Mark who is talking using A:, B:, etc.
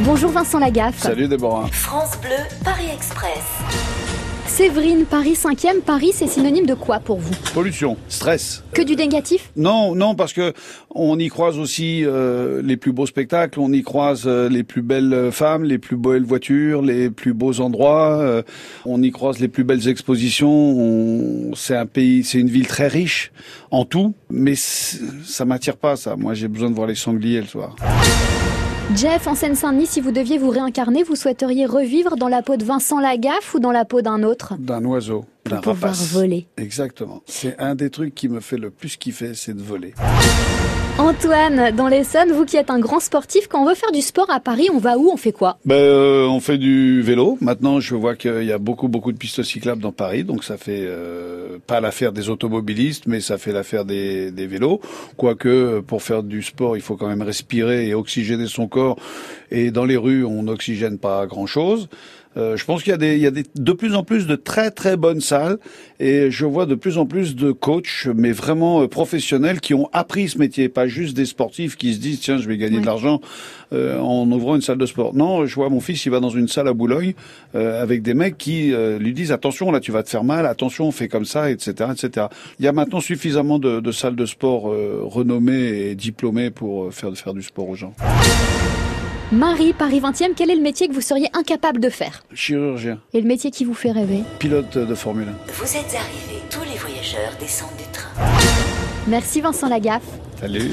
A: Bonjour Vincent Lagaffe.
B: Salut Déborah.
C: France Bleu, Paris Express.
A: Séverine, Paris 5e, Paris c'est synonyme de quoi pour vous
B: Pollution, stress.
A: Que du négatif
B: Non, non, parce que on y croise aussi euh, les plus beaux spectacles, on y croise euh, les plus belles femmes, les plus belles voitures, les plus beaux endroits, euh, on y croise les plus belles expositions. on- C'est un pays, c'est une ville très riche en tout, mais c'est- ça m'attire pas ça. Moi, j'ai besoin de voir les sangliers le soir.
A: Jeff, en Seine-Saint-Denis, si vous deviez vous réincarner, vous souhaiteriez revivre dans la peau de Vincent Lagaffe ou dans la peau d'un autre
B: D'un oiseau, d'un
A: Pour pouvoir
B: rapace.
A: voler.
B: Exactement. C'est un des trucs qui me fait le plus kiffer, c'est de voler.
A: Antoine, dans l'Essonne, vous qui êtes un grand sportif, quand on veut faire du sport à Paris, on va où On fait quoi
B: Ben, euh, on fait du vélo. Maintenant, je vois qu'il y a beaucoup, beaucoup de pistes cyclables dans Paris, donc ça fait euh, pas l'affaire des automobilistes, mais ça fait l'affaire des, des vélos. Quoique, euh, pour faire du sport, il faut quand même respirer et oxygéner son corps. Et dans les rues, on n'oxygène pas grand-chose. Euh, je pense qu'il y a, des, il y a des, de plus en plus de très très bonnes salles et je vois de plus en plus de coachs, mais vraiment euh, professionnels, qui ont appris ce métier, pas juste des sportifs qui se disent tiens je vais gagner
A: Ouais.
B: de l'argent euh, en ouvrant une salle de sport. Non, je vois mon fils, il va dans une salle à Boulogne euh, avec des mecs qui euh, lui disent attention là tu vas te faire mal, attention on fait comme ça, etc. etc. Il y a maintenant suffisamment de, de salles de sport euh, renommées et diplômées pour euh, faire, faire du sport aux gens.
A: Marie, Paris 20e, quel est le métier que vous seriez incapable de faire
B: Chirurgien,
A: Et le métier qui vous fait rêver
B: pilote de Formule 1.
C: Vous êtes arrivés, tous les voyageurs descendent du train.
A: Merci Vincent Lagaffe.
B: Salut